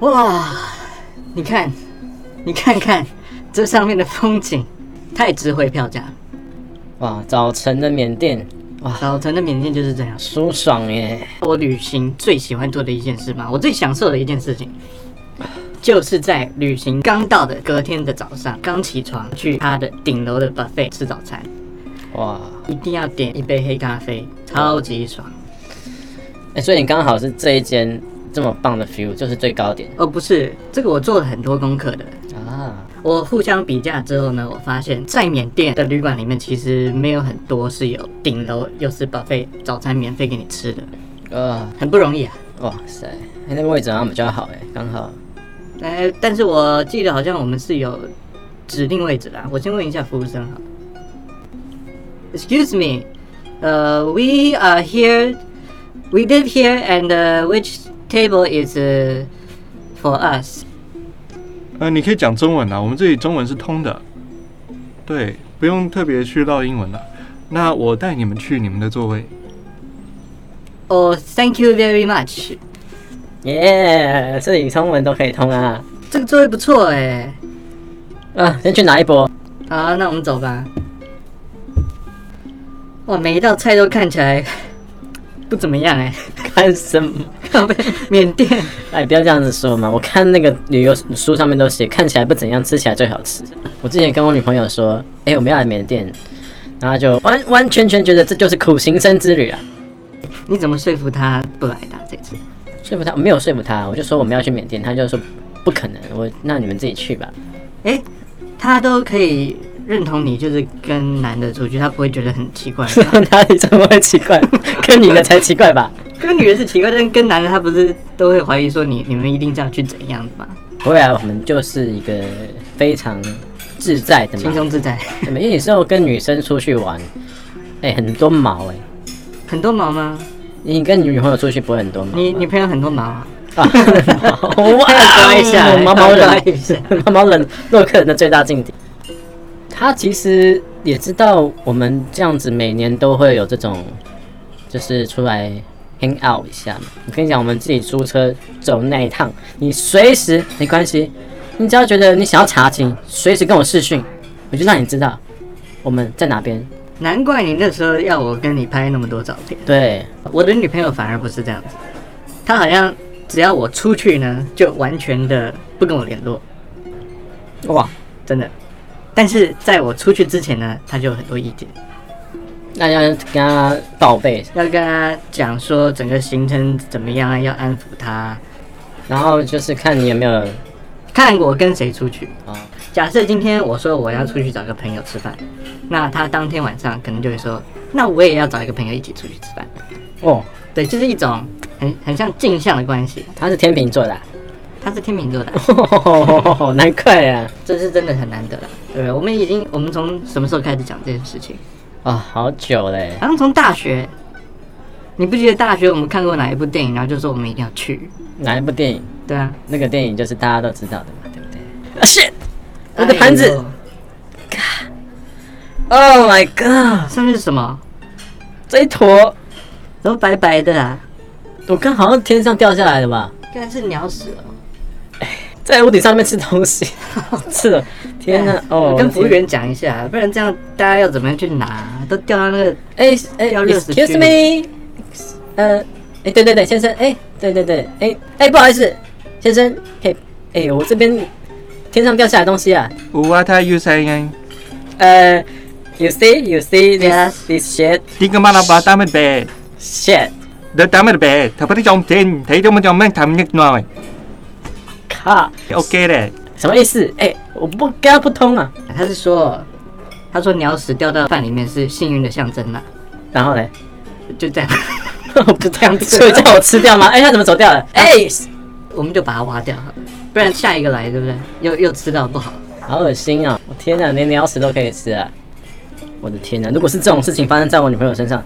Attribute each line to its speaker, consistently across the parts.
Speaker 1: 哇，你看，你看看这上面的风景，太值回票价了。
Speaker 2: 哇，早晨的缅甸，哇，
Speaker 1: 早晨的缅甸就是这样。
Speaker 2: 舒爽耶！
Speaker 1: 我旅行最喜欢做的一件事嘛，我最享受的一件事情，就是在旅行刚到的隔天的早上，刚起床去他的顶楼的 buffet 吃早餐，
Speaker 2: 哇，
Speaker 1: 一定要点一杯黑咖啡，超级爽。
Speaker 2: 哎、所以你刚好是这一间这么棒的 view，就是最高点
Speaker 1: 哦，不是，这个我做了很多功课的。
Speaker 2: 啊。
Speaker 1: 我互相比价之后呢，我发现，在缅甸的旅馆里面其实没有很多是有顶楼又是 buffet 早餐免费给你吃的，
Speaker 2: 呃，
Speaker 1: 很不容易啊。
Speaker 2: 哇塞，哎那个位置好像比较好哎，刚好。
Speaker 1: 呃，但是我记得好像我们是有指定位置的啊，我先问一下服务生好了。Excuse me, uh, we are here, we live here, and uh, which table is uh, for us?
Speaker 3: 呃，你可以讲中文啦，我们这里中文是通的，对，不用特别去唠英文了。那我带你们去你们的座位。
Speaker 1: Oh, thank you very much.
Speaker 2: 耶、这里通文都可以通啊。
Speaker 1: 这个座位不错哎。
Speaker 2: 啊，先去拿一波。
Speaker 1: 好，那我们走吧。哇，每一道菜都看起来 不怎么 样哎、
Speaker 2: 看什么？
Speaker 1: 靠背缅甸。
Speaker 2: 哎，不要这样子说嘛！我看那个旅游书上面都写，看起来不怎样，吃起来最好吃。我之前跟我女朋友说，哎、我们要来缅甸，然后她就完完全全觉得这就是苦行僧之旅啊。
Speaker 1: 你怎么说服他不来的啊、这次？
Speaker 2: 说服她，我没有说服她，我就说我们要去缅甸，她就说不可能，我那你们自己去吧。
Speaker 1: 哎，他都可以认同你，就是跟男的出去，他不会觉得很奇怪。
Speaker 2: 哪里这么会奇怪？ 跟你的才奇怪吧？
Speaker 1: 跟女人是奇怪，但是跟男的他不是都会怀疑说你你们一定这样去怎样的吗？
Speaker 2: 不会啊，我们就是一个非常自在的
Speaker 1: 轻
Speaker 2: 嘛。
Speaker 1: 松自在，
Speaker 2: 因为有时候跟女生出去玩，哎、很多毛哎、
Speaker 1: 很多毛吗？
Speaker 2: 你跟女朋友出去不会很多毛吗？
Speaker 1: 你你朋友很多毛啊？
Speaker 2: 啊，
Speaker 1: 要
Speaker 2: 哇
Speaker 1: 抓一下
Speaker 2: 毛毛
Speaker 1: 要抓
Speaker 2: 人
Speaker 1: 一下，
Speaker 2: 毛毛人，洛克人的最大劲敌。他其实也知道我们这样子每年都会有这种，就是出来 hang out 一下嘛。我跟你讲，我们自己租车走那一趟，你随时没关系，你只要觉得你想要查寝，随时跟我视讯，我就让你知道我们在哪边。
Speaker 1: 难怪你那时候要我跟你拍那么多照片。
Speaker 2: 对，
Speaker 1: 我的女朋友反而不是这样子，她好像只要我出去呢，就完全的不跟我联络，
Speaker 2: 哇，
Speaker 1: 真的。但是在我出去之前呢，她就有很多意见。
Speaker 2: 那要跟他报备，
Speaker 1: 要跟他讲说整个行程怎么样，要安抚他。
Speaker 2: 然后就是看你有没有啊。
Speaker 1: 看我跟谁出去。假设今天我说我要出去找个朋友吃饭，那他当天晚上可能就会说，那我也要找一个朋友一起出去吃饭。
Speaker 2: 哦，
Speaker 1: 对，就是一种很很像镜像的关系。
Speaker 2: 他是天秤座的啊、
Speaker 1: 他是天秤座的，
Speaker 2: 哦，难怪啊！
Speaker 1: 这是真的很难得了。对，我们已经我们从什么时候开始讲这件事情？
Speaker 2: 啊、好久嘞，
Speaker 1: 好像从大学。你不记得大学我们看过哪一部电影，然后就说我们一定要去？
Speaker 2: 哪一部电影？
Speaker 1: 对啊，
Speaker 2: 那个电影就是大家都知道的嘛，对不对？啊、shit！我的盘
Speaker 1: 哎
Speaker 2: 子、
Speaker 1: 呦哎
Speaker 2: o h my god！
Speaker 1: 上面是什么？
Speaker 2: 这一坨，
Speaker 1: 怎么白白的啊？
Speaker 2: 我刚好像天上掉下来的吧，
Speaker 1: 应该是鸟屎哦了。
Speaker 2: 在屋顶上面吃 东西，吃了，天哪！哦，
Speaker 1: 哎啊跟服务，员讲一下，不然这样大家要怎么样去拿？都掉到那个
Speaker 2: 哎哎
Speaker 1: 掉热水区
Speaker 2: ，excuse me，呃，哎，对对对，先生，哎，对对对，哎哎，不好意思，先生，嘿，哎，我这边天上掉下来的东西啊，
Speaker 3: What are you saying？
Speaker 2: 呃，you see，you see
Speaker 1: Yes.
Speaker 2: this this shit。
Speaker 3: 你干嘛拿把他们背？
Speaker 2: shit，
Speaker 3: 那他们背，他不是用钱，他怎么用命？他们一耐
Speaker 2: 靠，
Speaker 3: ，OK 嘞。
Speaker 2: 什么意思？哎、我不跟他不通啊。
Speaker 1: 他是说，他说鸟屎掉到饭里面是幸运的象征啦，啊
Speaker 2: 然后嘞，
Speaker 1: 就这样，
Speaker 2: 我不这样子，所以叫我吃掉吗？哎、他怎么走掉了？哎、
Speaker 1: 我们就把它挖掉好了，不然下一个来对不对？又又吃到不好。
Speaker 2: 好恶心啊！我天哪，连鸟屎都可以吃啊！我的天哪，如果是这种事情发生在我女朋友身上，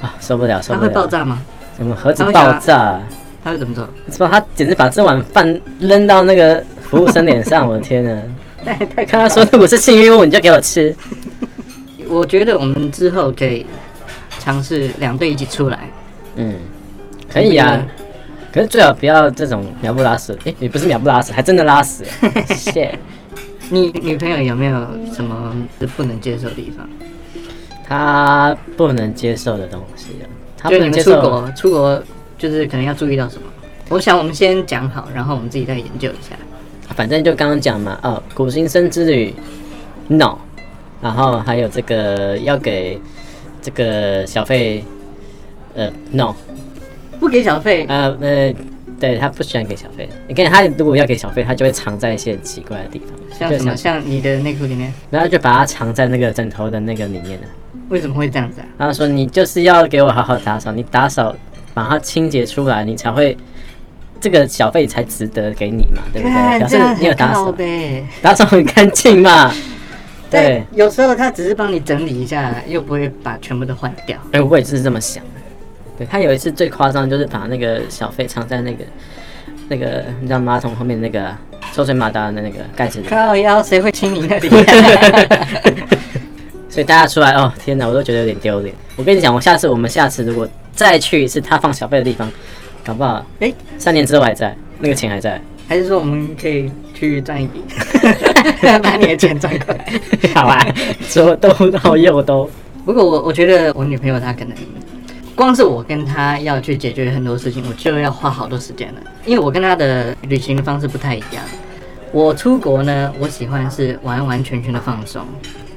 Speaker 2: 啊，受不了，受
Speaker 1: 它
Speaker 2: 不了！
Speaker 1: 会爆？炸吗？
Speaker 2: 怎么何止爆炸、啊？
Speaker 1: 它会怎么做？
Speaker 2: 是吧？他简直把这碗饭扔到那个服务生脸上，我的天哪！
Speaker 1: 太
Speaker 2: 看他说，如果是幸运物，你就给我吃。
Speaker 1: 我觉得我们之后可以尝试两队一起出来，
Speaker 2: 嗯，可以啊
Speaker 1: 你不觉。
Speaker 2: 可是最好不要这种鸟不拉屎。诶、也不是鸟不拉屎，还真的拉 屎。谢，
Speaker 1: 你女朋友有没有什么不能接受的地方？
Speaker 2: 他不能接受的东西啊，他不
Speaker 1: 就你
Speaker 2: 能
Speaker 1: 们
Speaker 2: 接
Speaker 1: 出
Speaker 2: 受。
Speaker 1: 国，出国就是可能要注意到什么？我想我们先讲好，然后我们自己再研究一下。
Speaker 2: 啊反正就刚刚讲嘛，哦，古新生之旅，no。然后还有这个要给这个小费，呃，no。
Speaker 1: 不给小费，
Speaker 2: 呃呃，对他不喜欢给小费。你看他如果要给小费，他就会藏在一些奇怪的地方，
Speaker 1: 像
Speaker 2: 就
Speaker 1: 什么？
Speaker 2: 想，
Speaker 1: 像你的内裤里面，
Speaker 2: 然后就把它藏在那个枕头的那个里面了。啊
Speaker 1: 为什么会这样子啊？
Speaker 2: 然后说你就是要给我好好打扫，你打扫把它清洁出来，你才会这个小费才值得给你嘛，对不对？
Speaker 1: 看
Speaker 2: 表
Speaker 1: 这样
Speaker 2: 示你有
Speaker 1: 很
Speaker 2: 打
Speaker 1: 靠
Speaker 2: 扫，
Speaker 1: 呗。
Speaker 2: 打扫很干净 嘛。对，
Speaker 1: 但有时候他只是帮你整理一下，又不会把全部都换掉。
Speaker 2: 哎、我也是这么想。对他有一次最夸张，就是把那个小费藏在那个那个你知道马桶后面那个抽水马达的那个盖子里。
Speaker 1: 靠腰，谁会亲你那里？
Speaker 2: 所以大家出来哦，天哪，我都觉得有点丢脸。我跟你讲，我下次我们下次如果再去一次他放小费的地方，搞不好
Speaker 1: 哎
Speaker 2: 三年之后还在，那个钱还 在。
Speaker 1: 还是说我们可以去赚一笔， 把你的钱赚过来？
Speaker 2: 好啊吧，左兜到右兜，
Speaker 1: 不过我我觉得我女朋友她可能，光是我跟她要去解决很多事情，我就要花好多时间了，因为我跟她的旅行的方式不太一样。我出国呢，我喜欢是完完全全的放松，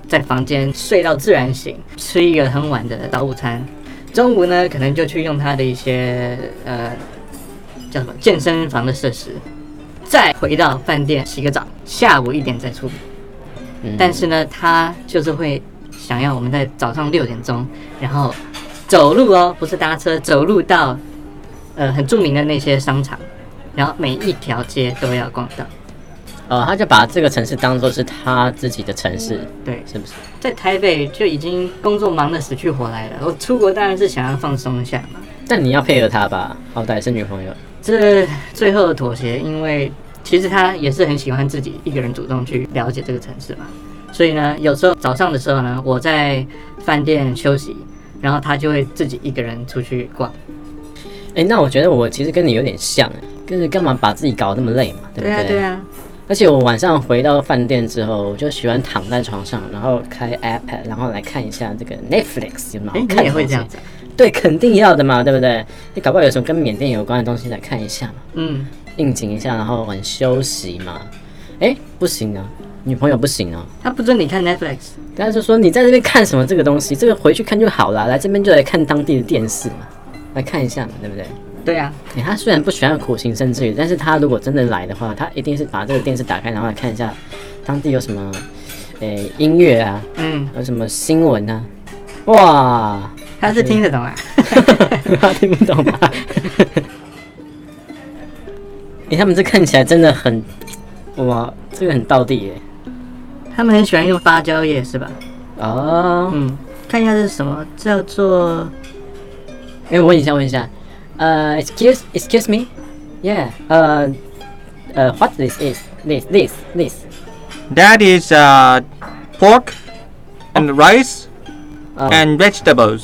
Speaker 1: 在房间睡到自然醒，吃一个很晚的早午餐，中午呢可能就去用她的一些呃叫什么健身房的设施，再回到饭店洗个澡，下午一点再出门。
Speaker 2: 嗯
Speaker 1: 但是呢，他就是会想要我们在早上六点钟，然后走路哦，不是搭车，走路到呃很著名的那些商场，然后每一条街都要逛到。
Speaker 2: 呃，他就把这个城市当做是他自己的城市，
Speaker 1: 对，
Speaker 2: 是不是？
Speaker 1: 在台北就已经工作忙得死去活来了，我出国当然是想要放松一下嘛。
Speaker 2: 但你要配合他吧，好歹是女朋友。
Speaker 1: 这最后的妥协，因为其实他也是很喜欢自己一个人主动去了解这个城市嘛。所以呢，有时候早上的时候呢，我在饭店休息，然后他就会自己一个人出去逛。
Speaker 2: 哎、那我觉得我其实跟你有点像，跟是干嘛把自己搞那么累嘛，对不对？
Speaker 1: 啊，
Speaker 2: 而且我晚上回到饭店之后，我就喜欢躺在床上，然后开 iPad，然后来看一下这个 Netflix 有没
Speaker 1: 哎、
Speaker 2: 有好看的东西。
Speaker 1: 你也会这样子、啊？
Speaker 2: 对，肯定要的嘛，对不对？你搞不好有什么跟缅甸有关的东西来看一下嘛，
Speaker 1: 嗯，
Speaker 2: 应景一下，然后很休息嘛。哎，不行啊，女朋友不行啊。
Speaker 1: 他不准你看 Netflix，
Speaker 2: 大家就说你在这边看什么这个东西，这个回去看就好啦，来这边就来看当地的电视嘛，来看一下嘛，对不对？
Speaker 1: 对啊，
Speaker 2: 哎，他虽然不喜欢苦行僧之旅，但是他如果真的来的话，他一定是把这个电视打开，然后来看一下当地有什么，诶，音乐啊，
Speaker 1: 嗯，
Speaker 2: 有什么新闻啊，哇，
Speaker 1: 他是听得 懂啊。
Speaker 2: 他听不懂吧？啊哎、他们这看起来真的很，哇，这个很道地耶。
Speaker 1: 他们很喜欢用芭蕉叶是吧？
Speaker 2: 哦，
Speaker 1: 嗯，看一下这是什么，叫做
Speaker 2: 哎、我问一下，问一下，呃，excuse excuse me，yeah，呃，呃，what this is this this this，
Speaker 4: That is uh, pork and rice
Speaker 2: 哦
Speaker 4: and vegetables.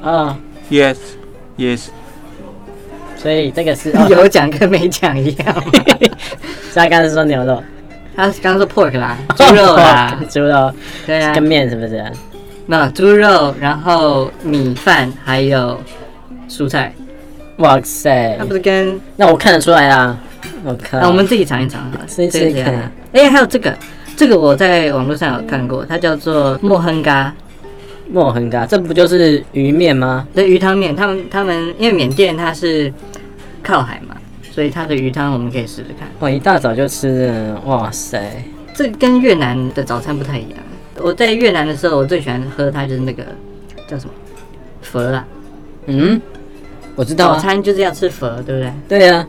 Speaker 2: 哦，
Speaker 4: Yes, yes.
Speaker 2: 所以这个是哦，
Speaker 1: 有讲跟没讲一样。
Speaker 2: 所以他刚才说牛肉， 啊
Speaker 1: 他刚刚说 pork 啦，猪肉 啦，
Speaker 2: 猪肉
Speaker 1: 对啊
Speaker 2: 跟，面是不是？
Speaker 1: 那猪肉，然后米饭，还有蔬菜，
Speaker 2: 哇塞
Speaker 1: 那，不是跟
Speaker 2: 那我看得出来啊，我靠，
Speaker 1: 啊，我们自己尝一尝好了，
Speaker 2: 自己
Speaker 1: 这个
Speaker 2: 吃看
Speaker 1: 啊。哎，还有这个，这个我在网络上有看过，它叫做莫亨嘎
Speaker 2: 莫恒嘎，这不就是鱼面吗？
Speaker 1: 的鱼汤面。他们他们因为缅甸它是靠海嘛，所以它的鱼汤我们可以试试看。
Speaker 2: 我一大早就吃了，哇塞！
Speaker 1: 这个跟越南的早餐不太一样。我在越南的时候，我最喜欢喝它就是那个叫什么佛啊，
Speaker 2: 嗯，我知道
Speaker 1: 早
Speaker 2: 啊，
Speaker 1: 餐就是要吃佛，对不对？
Speaker 2: 对呀、啊，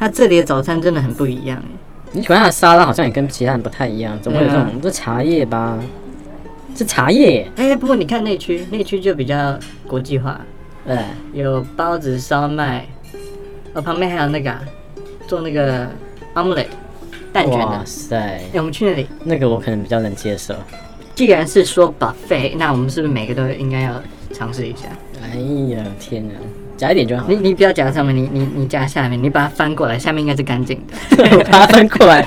Speaker 1: 它这里的早餐真的很不一样。
Speaker 2: 你喜欢它的沙拉好像也跟其他人不太一样，怎么会有这
Speaker 1: 啊
Speaker 2: 种？这茶叶吧，这茶叶，
Speaker 1: 哎、不过你看内区，内区就比较国际化，
Speaker 2: 对，
Speaker 1: 有包子、烧麦，呃、旁边还有那个啊、做那个 omelette 蛋卷的
Speaker 2: 哇。塞，
Speaker 1: 哎、我们去那里，
Speaker 2: 那个我可能比较能接受。
Speaker 1: 既然是说 buffet，那我们是不是每个都应该要尝试一下？
Speaker 2: 哎呀，天哪！夹一点就好
Speaker 1: 你。你不要夹上面，你你你夹下面，你把它翻过来，下面应该是干净的。
Speaker 2: 我把它 翻过来，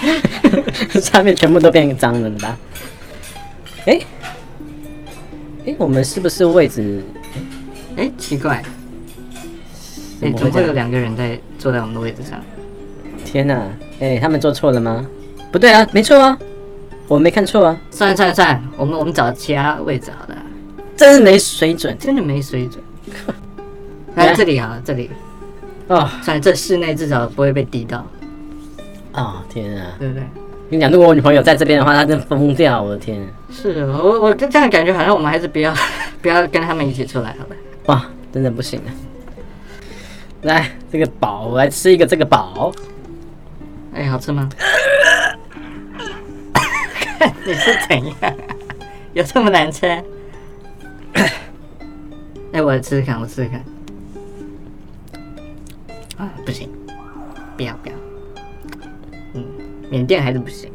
Speaker 2: 下面全部都变脏了吧？哎、哎、我们是不是位置
Speaker 1: 哎、奇怪，
Speaker 2: 怎
Speaker 1: 哎、
Speaker 2: 么
Speaker 1: 怎么
Speaker 2: 这
Speaker 1: 会有
Speaker 2: 样
Speaker 1: 两个人在坐在我们的位置上？
Speaker 2: 天哪、哎、他们做错了吗？不对啊，没错啊，我没看错啊，
Speaker 1: 算了算了算了，我们我们找其他位置好了，
Speaker 2: 真是没水准
Speaker 1: 真的没水 准。
Speaker 2: 来
Speaker 1: 来这里好了，这里
Speaker 2: 哦
Speaker 1: 算了，这室内至少不会被滴到，
Speaker 2: 哦，天啊！
Speaker 1: 对不对？
Speaker 2: 跟你讲，如果我女朋友在这边的话，她真疯掉，我的天、
Speaker 1: 是哦我我就这样感觉好像我们还是不要 不要跟他们一起出来好了。
Speaker 2: 哇，真的不行了。来，这个饱，我来吃一个这个饱。
Speaker 1: 哎、好吃吗？看 你是怎样？有这么难吃？ 哎、我试试看，我试试看。啊，不行，不要不要，嗯，缅甸还是不行。